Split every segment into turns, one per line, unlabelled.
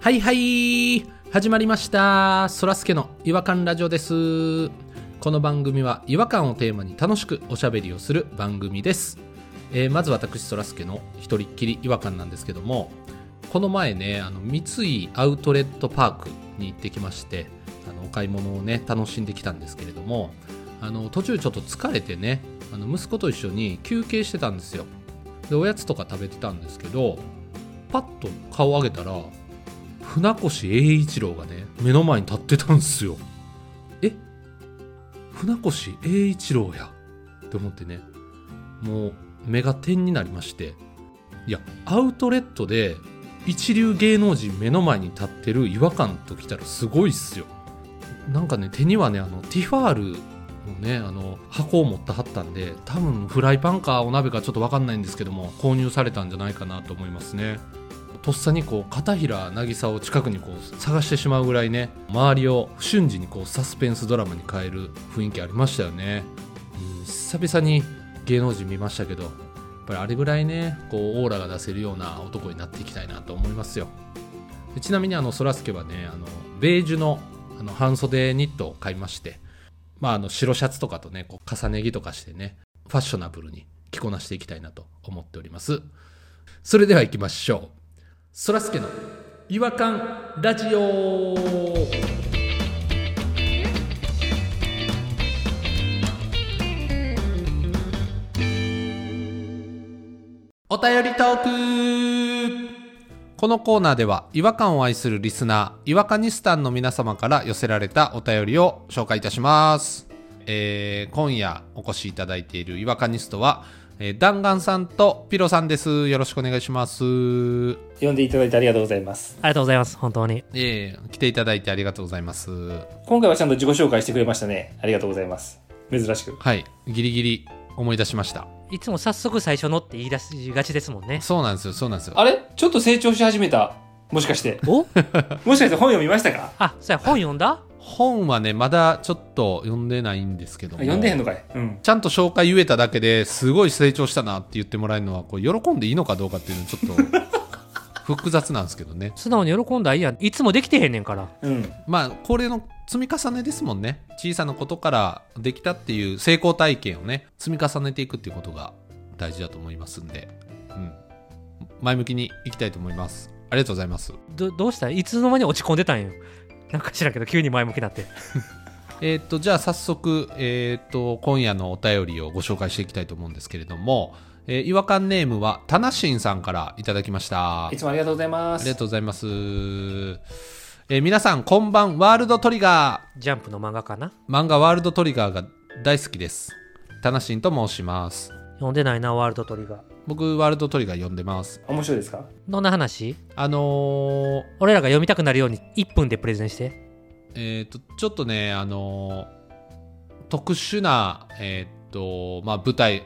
はいはい始まりましたそらすけの違和感ラジオですこの番組は違和感をテーマに楽しくおしゃべりをする番組です、えーまず私そらすけの一人っきり違和感なんですけどもこの前ねあの三井アウトレットパークに行ってきましてあのお買い物をね楽しんできたんですけれどもあの途中ちょっと疲れてねあの息子と一緒に休憩してたんですよでおやつとか食べてたんですけどパッと顔を上げたら船越英一郎がね目の前に立ってたんですよえ船越英一郎やって思ってねもう目が点になりましていやアウトレットで一流芸能人目の前に立ってる違和感ときたらすごいっすよなんかね手にはねあのティファールのねあの箱を持ってはったんで多分フライパンかお鍋かちょっと分かんないんですけども購入されたんじゃないかなと思いますねとっさにこう片平渚を近くにこう探してしまうぐらいね周りを瞬時にこうサスペンスドラマに変える雰囲気ありましたよね、うん、久々に芸能人見ましたけどやっぱりあれぐらいねこうオーラが出せるような男になっていきたいなと思いますよでちなみにあのそらすけはねあのベージュのあの半袖ニットを買いましてまああの白シャツとかとねこう重ね着とかしてねファッショナブルに着こなしていきたいなと思っておりますそれでは行きましょうそらすけの違和感ラジオお便りトークこのコーナーでは違和感を愛するリスナー違和感ニスタンの皆様から寄せられたお便りを紹介いたします、えー今夜お越しいただいている違和感ニストは、えー、弾丸さんとピロさんですよろしくお願いします
呼んでいただいてありがとうございます。
ありがとうございます、本当に。
ええ来ていただいてありがとうございます。
今回はちゃんと自己紹介してくれましたね。ありがとうございます。珍しく。
はい、ギリギリ思い出しました。
いつも早速最初のって言い出しがちですもんね。
そうなんですよ、そうなんですよ。
あれちょっと成長し始めた。もしかして。
お
もしかして本読みましたか
あ、そや、本読んだ
本はね、まだちょっと読んでないんですけど
あ
も。
読んでへんのかいうん。
ちゃんと紹介言えただけですごい成長したなって言ってもらえるのはこれ喜んでいいのかどうかっていうのはちょっ と複雑なんですけどね
素直に喜んだらいいやん。いつもできてへんねんから。
うん。
まあこれの積み重ねですもんね小さなことからできたっていう成功体験をね積み重ねていくっていうことが大事だと思いますんで、うん、前向きにいきたいと思いますありがとうございます
どどうしたいつの間に落ち込んでたんよ。なんか知らんけど、急に前向きになって。
えーっとじゃあ早速、えーっと今夜のお便りをご紹介していきたいと思うんですけれども、えー違和感ネームはタナシンさんからいただきましたあ
い
り
つもありがとうございます。
がとうございます、えー皆さんこんばんワールドトリガー
ジャンプの漫画かな
漫画ワールドトリガーが大好きですタナシンと申します
読んでないな、ワールドトリガー。
僕ワールドトリガー読んでます
面白いですか
どんな話
あのー
俺らが読みたくなるように1分でプレゼンして。
えっ、と、ちょっとね、あのー特殊な、えっ、と、まあ、舞台、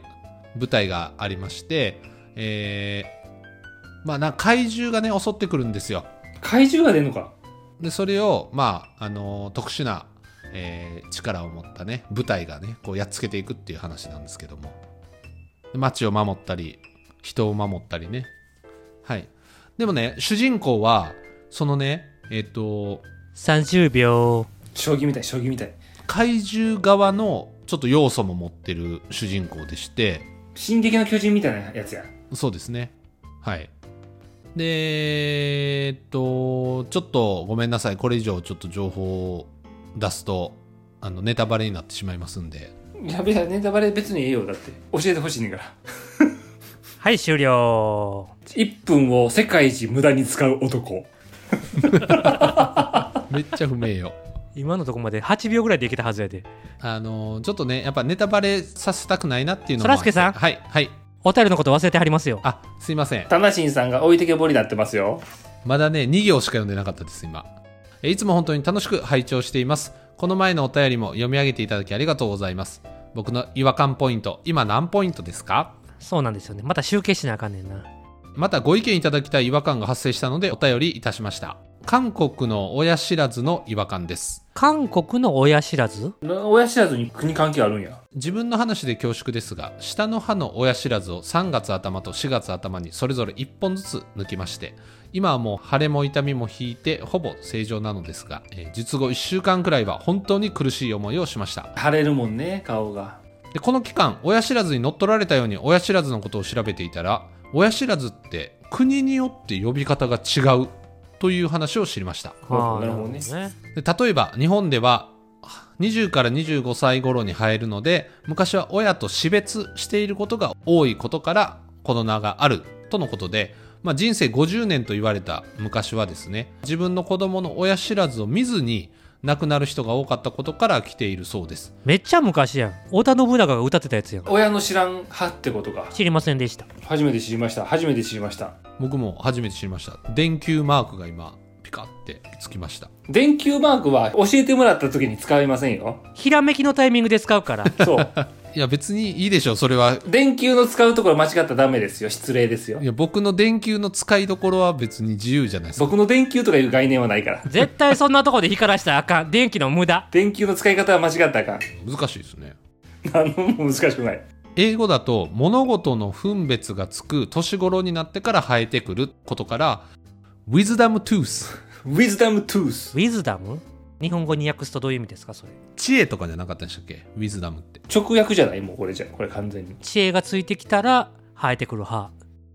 舞台がありまして、えーまあ、な、怪獣がね、襲ってくるんですよ。
怪獣が出んのか
で、それを、まあ、あのー特殊な、えー力を持ったね、舞台がね、こう、やっつけていくっていう話なんですけども。で街を守ったり、人を守ったりね。はい。でもね、主人公は、そのね、えっ、と、
30秒。
将棋みたい、将棋みたい。
怪獣側のちょっと要素も持ってる主人公でして
進撃の巨人みたいなやつや。
そうですねはいでえっとちょっとごめんなさいこれ以上ちょっと情報を出すとあのネタバレになってしまいますんで
やべえ、ネタバレ別にええよ。だって。教えてほしいねんから。
はい、終了。
1分を世界一無駄に使う男。
めっちゃ不明よ
今のとこまで8秒ぐらいでいけたはずやで。
あのちょっとねやっぱネタバレさせたくないなっていうのも
そらすけさん
はいはい
お便りのこと忘れてはりますよ。
あすいません
タナシンさんが置いてけぼりになってますよ。
まだね、2行しか読んでなかったです、今。えーいつも本当に楽しく拝聴しています。この前のお便りも読み上げていただきありがとうございます。僕の違和感ポイント、今何ポイントですか
そうなんですよね。また集計しなあかんねんな。
またご意見いただきたい違和感が発生したのでお便りいたしました。韓国の親知らずの違和感です
韓国の親知らず
親知らずに国関係あるんや。
自分の話で恐縮ですが下の歯の親知らずを3月頭と4月頭にそれぞれ1本ずつ抜きまして今はもう腫れも痛みも引いてほぼ正常なのですが、えー術後1週間くらいは本当に苦しい思いをしました
腫れるもんね、顔が。
でこの期間親知らずに乗っ取られたように親知らずのことを調べていたら親知らずって国によって呼び方が違うという話を知りました
あ
ー
なるほどね
で例えば日本では20から25歳頃に生えるので昔は親と死別していることが多いことからこの名があるとのことで、まあ、人生50年と言われた昔はですね自分の子供の親知らずを見ずに亡くなる人が多かったことから来ているそうです
めっちゃ昔やん織田信長が歌ってたやつやん
親の知らん歯ってことか。
知りませんでした
初めて知りました。初めて知りました。
僕も初めて知りました電球マークが今ピカってつきました
電球マークは教えてもらった時に使いませんよ。
ひらめきのタイミングで使うから
そう。
いや別にいいでしょそれは
電球の使うところ間違ったらダメですよ。失礼ですよ
い。や僕の電球の使いどころは別に自由じゃないですか
僕の電球とかいう概念はないから。
絶対そんなとこで光らしたらあかん電気の無駄
電球の使い方は間違ったらあかん。
難しいですね
何も難しくない。
英語だと物事の分別がつく年頃になってから生えてくることから「wisdom tooth
Wisdom Tooth。
ウィズダム日本語に訳すとどういう意味ですかそれ」
知恵とかじゃなかったんでしたっけ wisdom って
直訳じゃないもうこれじゃ、これ完全に。
知恵がついてきたら生えてくる歯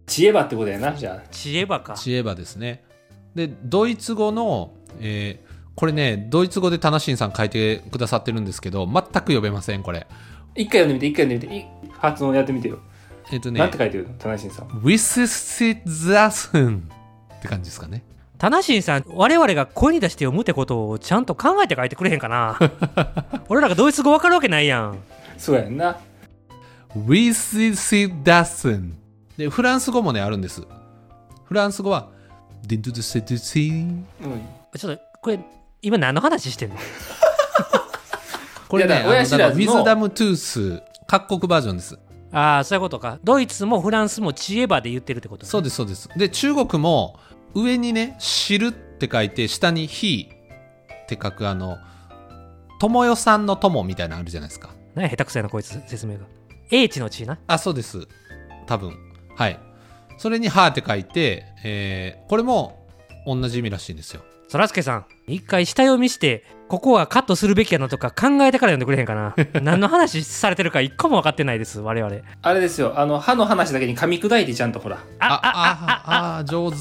知恵ばってことやな、じゃあ。
知恵ばか
知恵ばですねでドイツ語の、えーこれねドイツ語でタナシンさん書いてくださってるんですけど全く読めませんこれ
一回読んでみて、一回読んでみて。い発音やってみてよ。
えっ、と
な
ね
んて書いてるの田中さん。
「ウィスシザスン」って感じですかね
タナシンさん我々が声に出して読むってことをちゃんと考えて書いてくれへんかな俺らがドイツ語わかるわけないやん
そうやんな。
ウィスシダスン。で、フランス語もね、あるんです。フランス語は、ディンドゥドゥセドゥシー
うん。
ちょっとこれ今何の話してんの
これ
いや
ね、
だから親知らず
ウィ
の
ズダムトゥース、各国バージョンです。
ああそういうことかドイツもフランスも知恵ばで言ってるってことね、
そうです、そうです。で、中国も、上にね、知るって書いて、下にひって書く、あの、友よさんの友みたいなのあるじゃないですか。
何や下手くそやなこいつ説明が英知の知な
あ、そうです。多分。はい。それに、はーって書いて、えーこれも、同じ意味らしいんですよ。
そらすけさん一回下読みしてここはカットするべきやなとか考えてから読んでくれへんかな何の話されてるか一個も分かってないです我々
あれですよ、あの、歯の話だけに噛み砕いてちゃんとほら。
あ、あ、
あ
あ、あ、上手。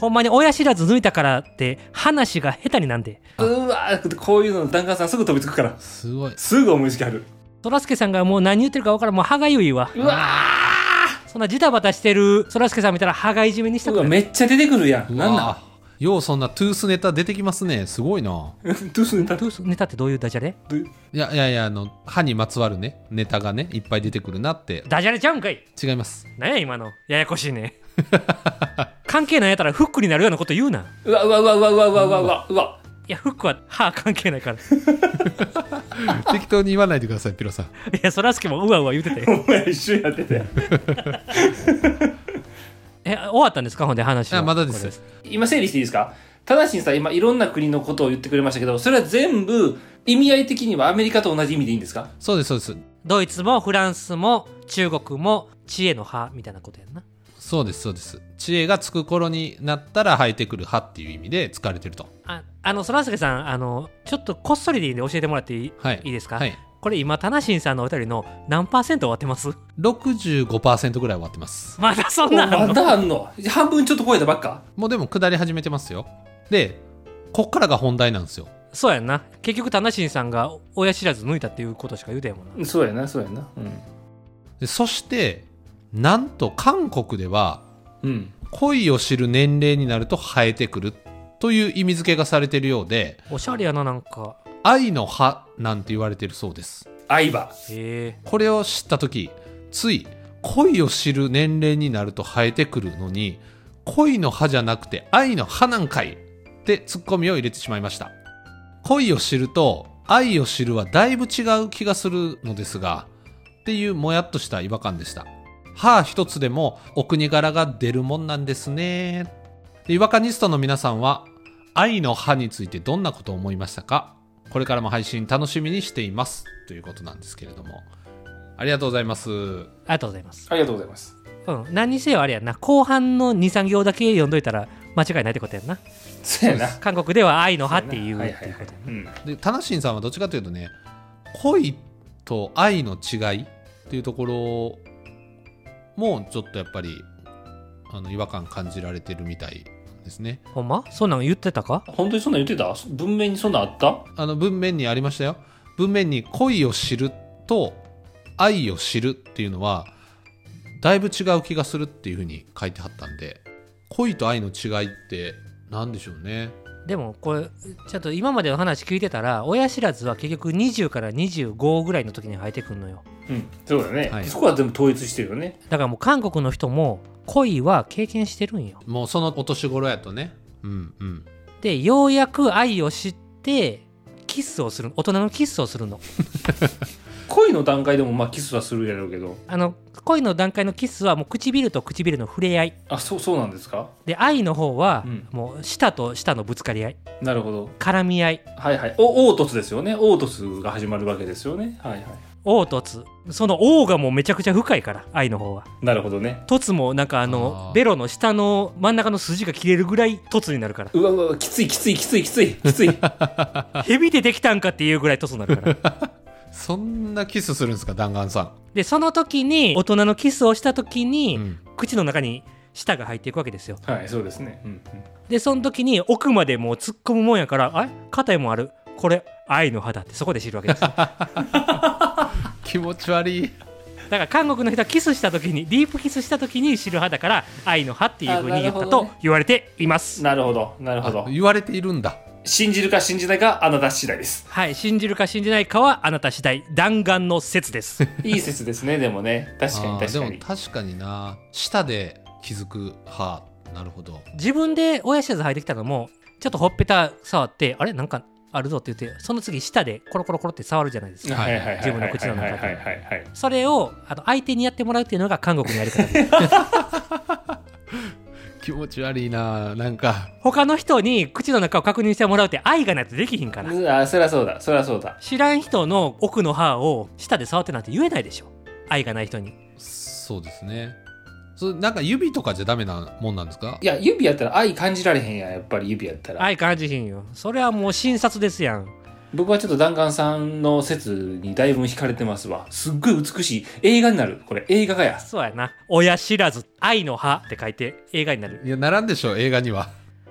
ほんまに親知らず抜いたからって話が下手になんで
うわこういうの、ダンカンさんすぐ飛びつくから。
すごい。
すぐ思いつきある。
そらすけさんがもう何言ってるか分からんもう歯がゆいわ
うわ
そんなジタバタしてるそらすけさん見たら歯がいじめにした
う
く
わ
なる
めっちゃ出てくるやん。
う
なん
わ
だ
ぁようそんなトゥースネタ出てきますねすごいな
どうすん だ
どうすネタってどういうダジャレ
いやいやいやあの歯にまつわるねネタがねいっぱい出てくるなって
ダジャレちゃうんかい
違います
なんや今のややこしいね関係ないやったらフックになるようなこと言うな
うわうわうわうわうわうわうわうわうわ。
いやフックは歯関係ないからい
適当に言わないでくださいピロさん
やそらすけもうわうわ言うて て
お前一緒やってたよ。
え終わったんですかほんで話は
あまだです
これ
今整理していいですかただしにさん、今いろんな国のことを言ってくれましたけど、それは全部意味合い的にはアメリカと同じ意味でいいんですか
そうですそうです
ドイツもフランスも中国も知恵の歯みたいなことやんな
そうですそうです知恵がつく頃になったら生えてくる歯っていう意味で使われてると
ああのそらすけさんあのちょっとこっそりでいいんで教えてもらっていい,、
はい
ですか、
はい
これ今タナシンさんのお便りの何パーセント終わってます
65%ぐらい終わって ます
まだそん
お
なあんの
まだあんの半分ちょっと超えたばっか。
もうでも下り始めてますよでこっからが本題なんですよ
そうやんな結局タナシンさんが親知らず抜いたっていうことしか言うてへんもんな
そうやな、そうやな。うん。
でそしてなんと韓国では
うん。
恋を知る年齢になると生えてくるという意味付けがされているようで
おしゃれやななんか
愛の歯なんて言われているそうです
相葉。
へえ
これを知った時つい恋を知る年齢になると生えてくるのに恋の歯じゃなくて愛の歯なんかいってツッコミを入れてしまいました恋を知ると愛を知るはだいぶ違う気がするのですがっていうもやっとした違和感でした歯一つでもお国柄が出るもんなんですねで違和感ニストの皆さんは愛の歯についてどんなことを思いましたかこれからも配信楽しみにしていますということなんですけれどもありがとうございます
ありがとうございます。
ありがとうございます。
うん。何にせよあれやんな。後半の2、3行だけ読んどいたら間違いないってことやんな。
そうやな。
韓国では愛の歯っていう
はい
っ
は
て
い
いう
は
こ
い
と。
うん。
でタナシンさんはどっちかというとね恋と愛の違いっていうところもちょっとやっぱりあの違和感感じられてるみたいですね
ほんまそんなん言ってたか
本当にそんなん言ってた文面にそんなんあった
あの文面にありましたよ文面に恋を知ると愛を知るっていうのはだいぶ違う気がするっていうふうに書いてはったんで恋と愛の違いって何でしょうね
でもこれちゃんと今までの話聞いてたら親知らずは結局20から25ぐらいの時に生えてくんのよ
うん。そうだね。
はい
そこは全部統一してるよね。
だからもう韓国の人も恋は経験してるんよ
もうそのお年頃やとねうんうん
でようやく愛を知ってキスをする大人のキスをするの
恋の段階でもまあキスはするやろうけど。
あの恋の段階のキスはもう唇と唇の触れ合い
あ、そう、そうなんですか
で愛の方は
うん
もう舌と舌のぶつかり合い
なるほど。
絡み合い
はいはい。お、凹凸ですよね。凹凸が始まるわけですよね。はいはい。
王とつその王がもうめちゃくちゃ深いから愛の方は
なるほどね。
凸もなんかあの
あー
ベロの下の真ん中の筋が切れるぐらい凸にな るから
うわうわ、きついきついきついきついき つい。
蛇でできたんかっていうぐらいトスになる から
そんなキスするんですか弾丸さ
でその時に大人のキスをした時
ん、
に、
うん、
口の中に舌が入っていくわけですよ
はい、そうですね。うんうん。
でその時に奥までもう突っ込むもんやからあれ硬いもんあるこれ愛の肌ってそこで知るわ けですよだか
気持ち悪い
ら韓国の人はキスした時にディープキスした時に知る肌から愛の歯っていうふうに言った
あなるほど
と
ね
言われています、
なるほど、なるほ
あ
ど。
言われているんだ
信じるか信じないかあなた次第です。
はい信じるか信じないかはあなた次第弾丸の説です
いい説ですね、でもね。確かに
あー
確か
で
に
も。確かにな舌で気づく歯なるほど
自分で親知らず入ってきたのもちょっとほっぺた触ってあれなんかあるぞって言ってその次舌でコロコロコロって触るじゃないですか
はいはいはい。
自分の口の中で
はいはいはいはい。
それをあの相手にやってもらうっていうのが韓国のやり方です
気持ち悪いななんか
他の人に口の中を確認してもらうって愛がないとできひんから
うんあ、そりゃそうだ、そりゃそうだ。
知らん人の奥の歯を舌で触ってなんて言えないでしょ愛がない人に
そうですねそれなんか指とかじゃダメなもんなんですか
いや、指やったら愛感じられへんやん、やっぱり指やったら。
愛感じひんよそれはもう診察ですやん
僕はちょっと弾丸さんの説にだいぶ惹かれてますわ。すっごい美しい。映画になる。これ、映画がや。
そうやな親知らず愛の歯って書いて映画になる
いやならんでしょう映画には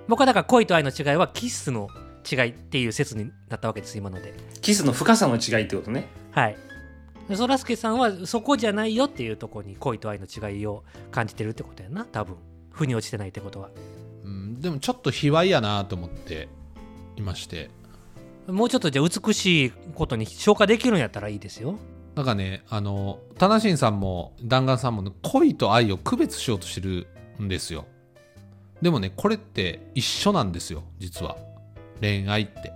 僕はだから恋と愛の違いはキスの違いっていう説になったわけです今ので
キスの深さの違いってことね。
はい。でそらすけさんはそこじゃないよっていうところに恋と愛の違いを感じてるってことやな多分腑に落ちてないってことは
うんでもちょっと卑猥やなと思っていまして
もうちょっとじゃあ美しいことに消化できるんやったらいいですよ
なんかねあのタナシンさんも弾丸さんもね恋と愛を区別しようとしてるんですよでもねこれって一緒なんですよ実は恋愛って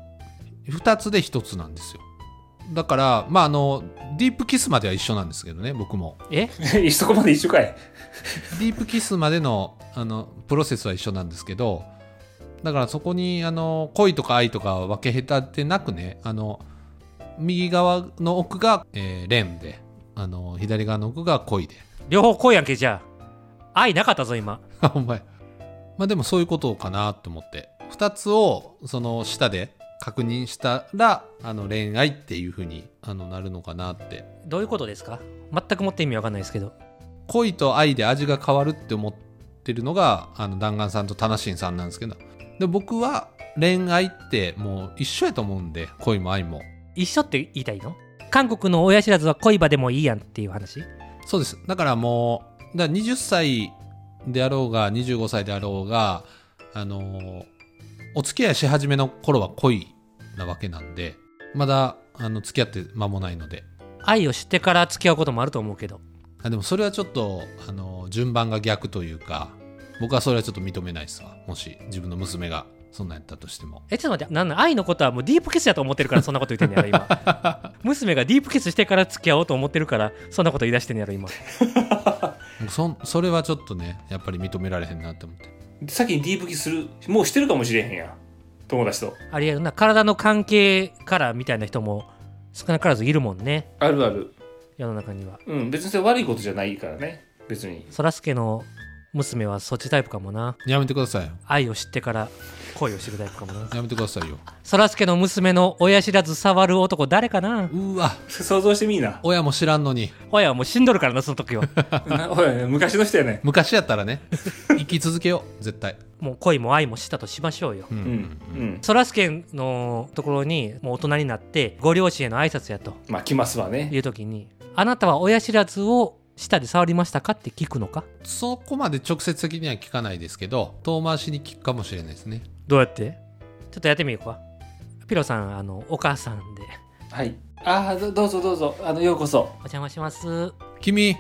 2つで1つなんですよだからまああのディープキスまでは一緒なんですけどね僕も
え
そこまで一緒かい。
ディープキスまでのあのプロセスは一緒なんですけどだからそこにあの恋とか愛とかは分け隔てなくねあの右側の奥が、えー恋であの左側の奥が恋で
両方恋やんけじゃあ愛なかったぞ今
あお前まあでもそういうことかなと思って2つをその下で確認したらあの恋愛っていうふうにあのなるのかなって
どういうことですか全くもって意味わかんないですけど
恋と愛で味が変わるって思ってるのがあの弾丸さんとタナシンさんなんですけどで僕は恋愛ってもう一緒やと思うんで恋も愛も
一緒って言いたいの韓国の親知らずは恋場でもいいやんっていう話
そうですだからもうだから20歳であろうが25歳であろうがあのお付き合いし始めの頃は恋なわけなんでまだあの付き合って間もないので
愛を知ってから付き合うこともあると思うけど
あでもそれはちょっとあの順番が逆というか僕はそれはちょっと認めないですわもし自分の娘がそんなんやったとしても
えちょっと待ってなんなん愛のことはもうディープキスやと思ってるからそんなこと言ってんねやろ今 娘がディープキスしてから付き合おうと思ってるからそんなこと言い出してんねやろ今
そんそれはちょっとねやっぱり認められへんなって思って
先にディープキスする。もうしてるかもしれへんやん。友達と。
ありえるな体の関係からみたいな人も少なからずいるもんね
あるある。
世の中には
うん、別にそれ悪いことじゃないからね。別に。
そらすけの娘はそっちタイプかもな
やめてくださいよ
愛を知ってから恋を知るタイプかもな
やめてくださいよ
そらすけの娘の親知らず触る男誰かな
うわ。
想像してみいな
親も知らんのに
親はもう死んどるからなその 時は
な おい、昔の人やね。
昔やったらね生き続けよう絶対
もう恋も愛もしたとしましょうよ
うん、
うん。うん。
そらすけのところにもう大人になってご両親への挨拶やと
まあ、来ますわね。
いう時にあなたは親知らずを舌で触りましたかって聞くのか
そこまで直接的には聞かないですけど遠回しに聞くかもしれないですね
どうやってちょっとやってみようかピロさんあのお母さんで
はい。ああ、どどうぞどうぞ。あの、ようこそ
お。邪魔します
君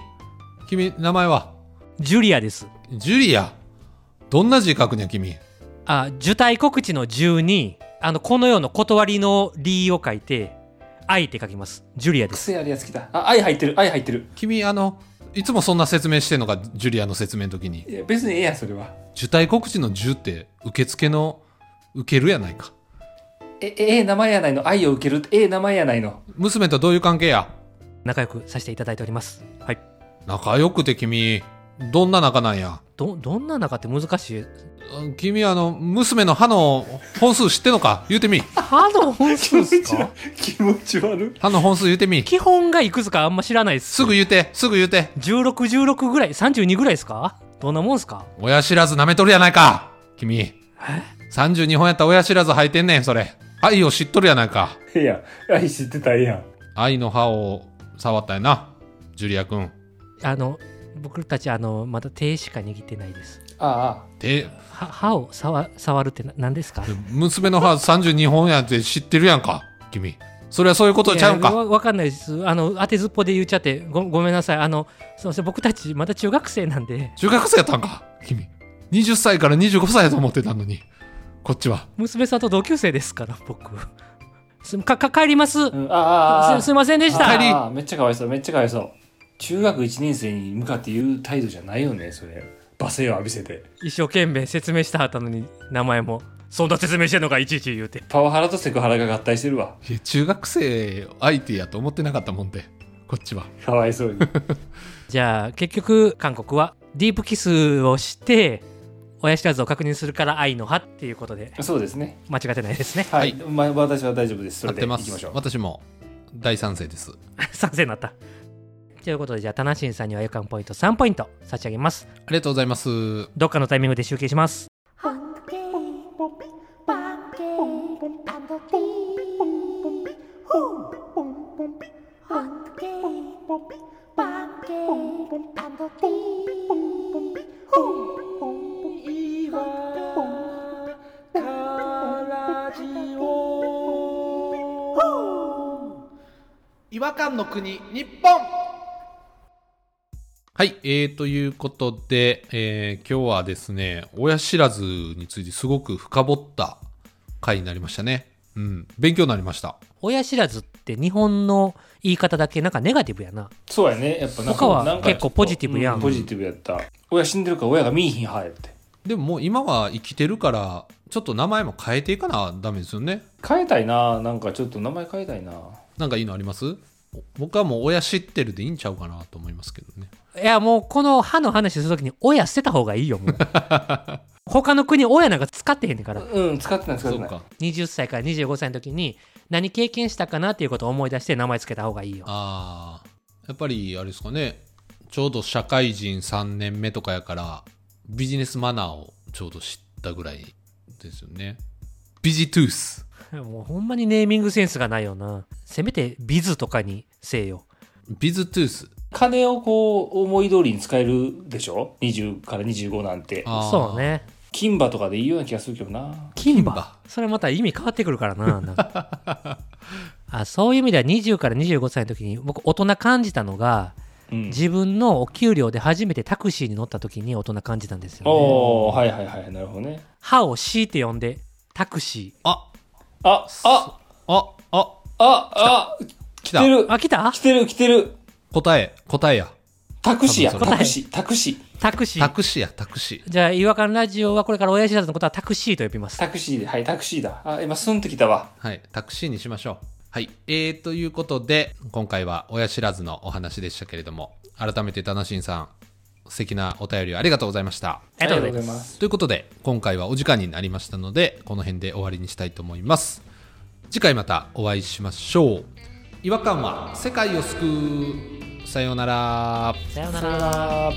君名前は
ジュリアです
ジュリアどんな字書くね君
あ受胎告知の1にあのこの世の断りの理を書いて愛って書きますジュリアです
癖あるやつ来た。あ、愛入ってる。愛入ってる。
君あのいつもそんな説明してんのかジュリアの説明の時に
いや、別にええやん、それは。
受胎告知の「受」って受付の「受ける」やないか
え、えええ名前やないの。愛を受ける。ええ名前やないの。
娘とどういう関係や
仲良くさせていただいておりますはい
仲良くて君どんな仲なんや
どどんな中って難しい
うん君あの娘の歯の本数知ってんのか言うてみ
歯の本数です か
気持ち悪い。
歯の本数言うてみ
基本がいくつかあんま知らないです
すぐ言うてすぐ言うて
1616ぐらい32ぐらいですかどんなもんすか
親知らず舐めとるやないか君32本やったら親知らず履いてんねんそれ愛を知っとるやないか
ええやん。愛知ってたらええやん。
愛の歯を触ったんやなジュリア君
あの僕たちあのまだ手しか握ってないです
あああ
手
は歯を触触るってな何ですか
娘の歯32本やって知ってるやんか君それ はそういうことちゃうん
いや
か
わわかんないですあの当てずっぽで言っちゃってごごめんなさいあのすいません僕たちまだ中学生なんで
中学生やったんか君20歳から25歳やと思ってたのにこっちは
娘さんと同級生ですから僕すかか帰ります
あ。うん、ああああ。
すすいませんでし
帰
た
り
あーめっちゃかわいそうめっちゃかわいそう中学1年生に向かって言う態度じゃないよねそれ罵声を浴びせて
一生懸命説明したはったのに名前もそんな説明してんのかいちいち言うて
パワハラとセクハラが合体してるわ
いや中学生相手やと思ってなかったもんでこっちは
かわいそうに
じゃあ結局韓国はディープキスをして親知らずを確認するから愛の歯っていうことで
そうですね
間違ってないですね
はい、ま私は大丈夫ですそ
合
れ
っ
で
てま
いきますしょう
私も大賛成です
賛成になったということでじゃあタナシンさんには予感ポイント3ポイント差し上げます
ありがとうございます
どっかのタイミングで集計します
Hunky,
違和感の国日本はい、えー、ということで、えー今日はですね親知らずについてすごく深掘った回になりましたねうん勉強になりました
親知らずって日本の言い方だけなんかネガティブやな
そうやねやっぱなんか
他は
なんか
結構ポジティブやん
うポジティブやった親死んでるから親が見いひんはやって
でももう今は生きてるからちょっと名前も変えていかなダメですよね
変えたいななんかちょっと名前変えたいな
なんかいいのありますお僕はもう親知ってるでいいんちゃうかなと思いますけどね
いやもうこの歯の話するときに親捨てた方がいいよも う他の国親なんか使ってへんねんから
うん使ってない使っ
そ
て
う
ない
か
20歳から25歳の時に何経験したかなっていうことを思い出して名前つけた方がいいよ
ああやっぱりあれですかねちょうど社会人3年目とかやからビジネスマナーをちょうど知ったぐらいですよねビジトゥース
もうほんまにネーミングセンスがないよなせめてビズとかにせよ
ビズトゥース
金をこう思い通りに使えるでしょ20から25なんて
あー
そうね
金馬とかでいいような気がするけどな
金
馬
それまた意味変わってくるからななんかあそういう意味では20から25歳の時に僕大人感じたのが
うん
自分のお給料で初めてタクシーに乗った時に大人感じたんですよ、ね、
おおはいはいはいなるほどね
歯を「し」って呼んでタクシ
あ
ああ
ああ
ああ来
来た
てる
ーあ来た
来てる来てる
答え答えや
タクシーや、
多分
それ
タクシー、タクシー、
タクシ
タ
ー。
クシーやタクシー
じゃあ、違和感ラジオはこれから親知らずのことはタクシーと呼びます。
タクシーで、はい、タクシーだ。あ、今、スンときたわ。
はいタクシーにしましょうはいえー、ということで今回は親知らずのお話でしたけれども改めてタナシンさん素敵なお便りをありがとうございました
ありがとうございます。
ます。
ということで今回はお時間になりましたのでこの辺で終わりにしたいと思います次回またお会いしましょう違和感は世界を救うさようなら
さような
さよ
ら
な。ら。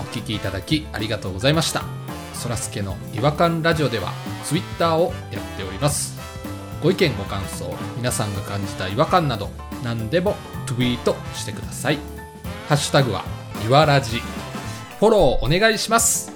お聞きいただきありがとうございましたそらすけの違和感ラジオではツイッターをやっておりますご意見ご感想皆さんが感じた違和感など何でもツイートしてくださいハッシュタグはイワラジフォローお願いします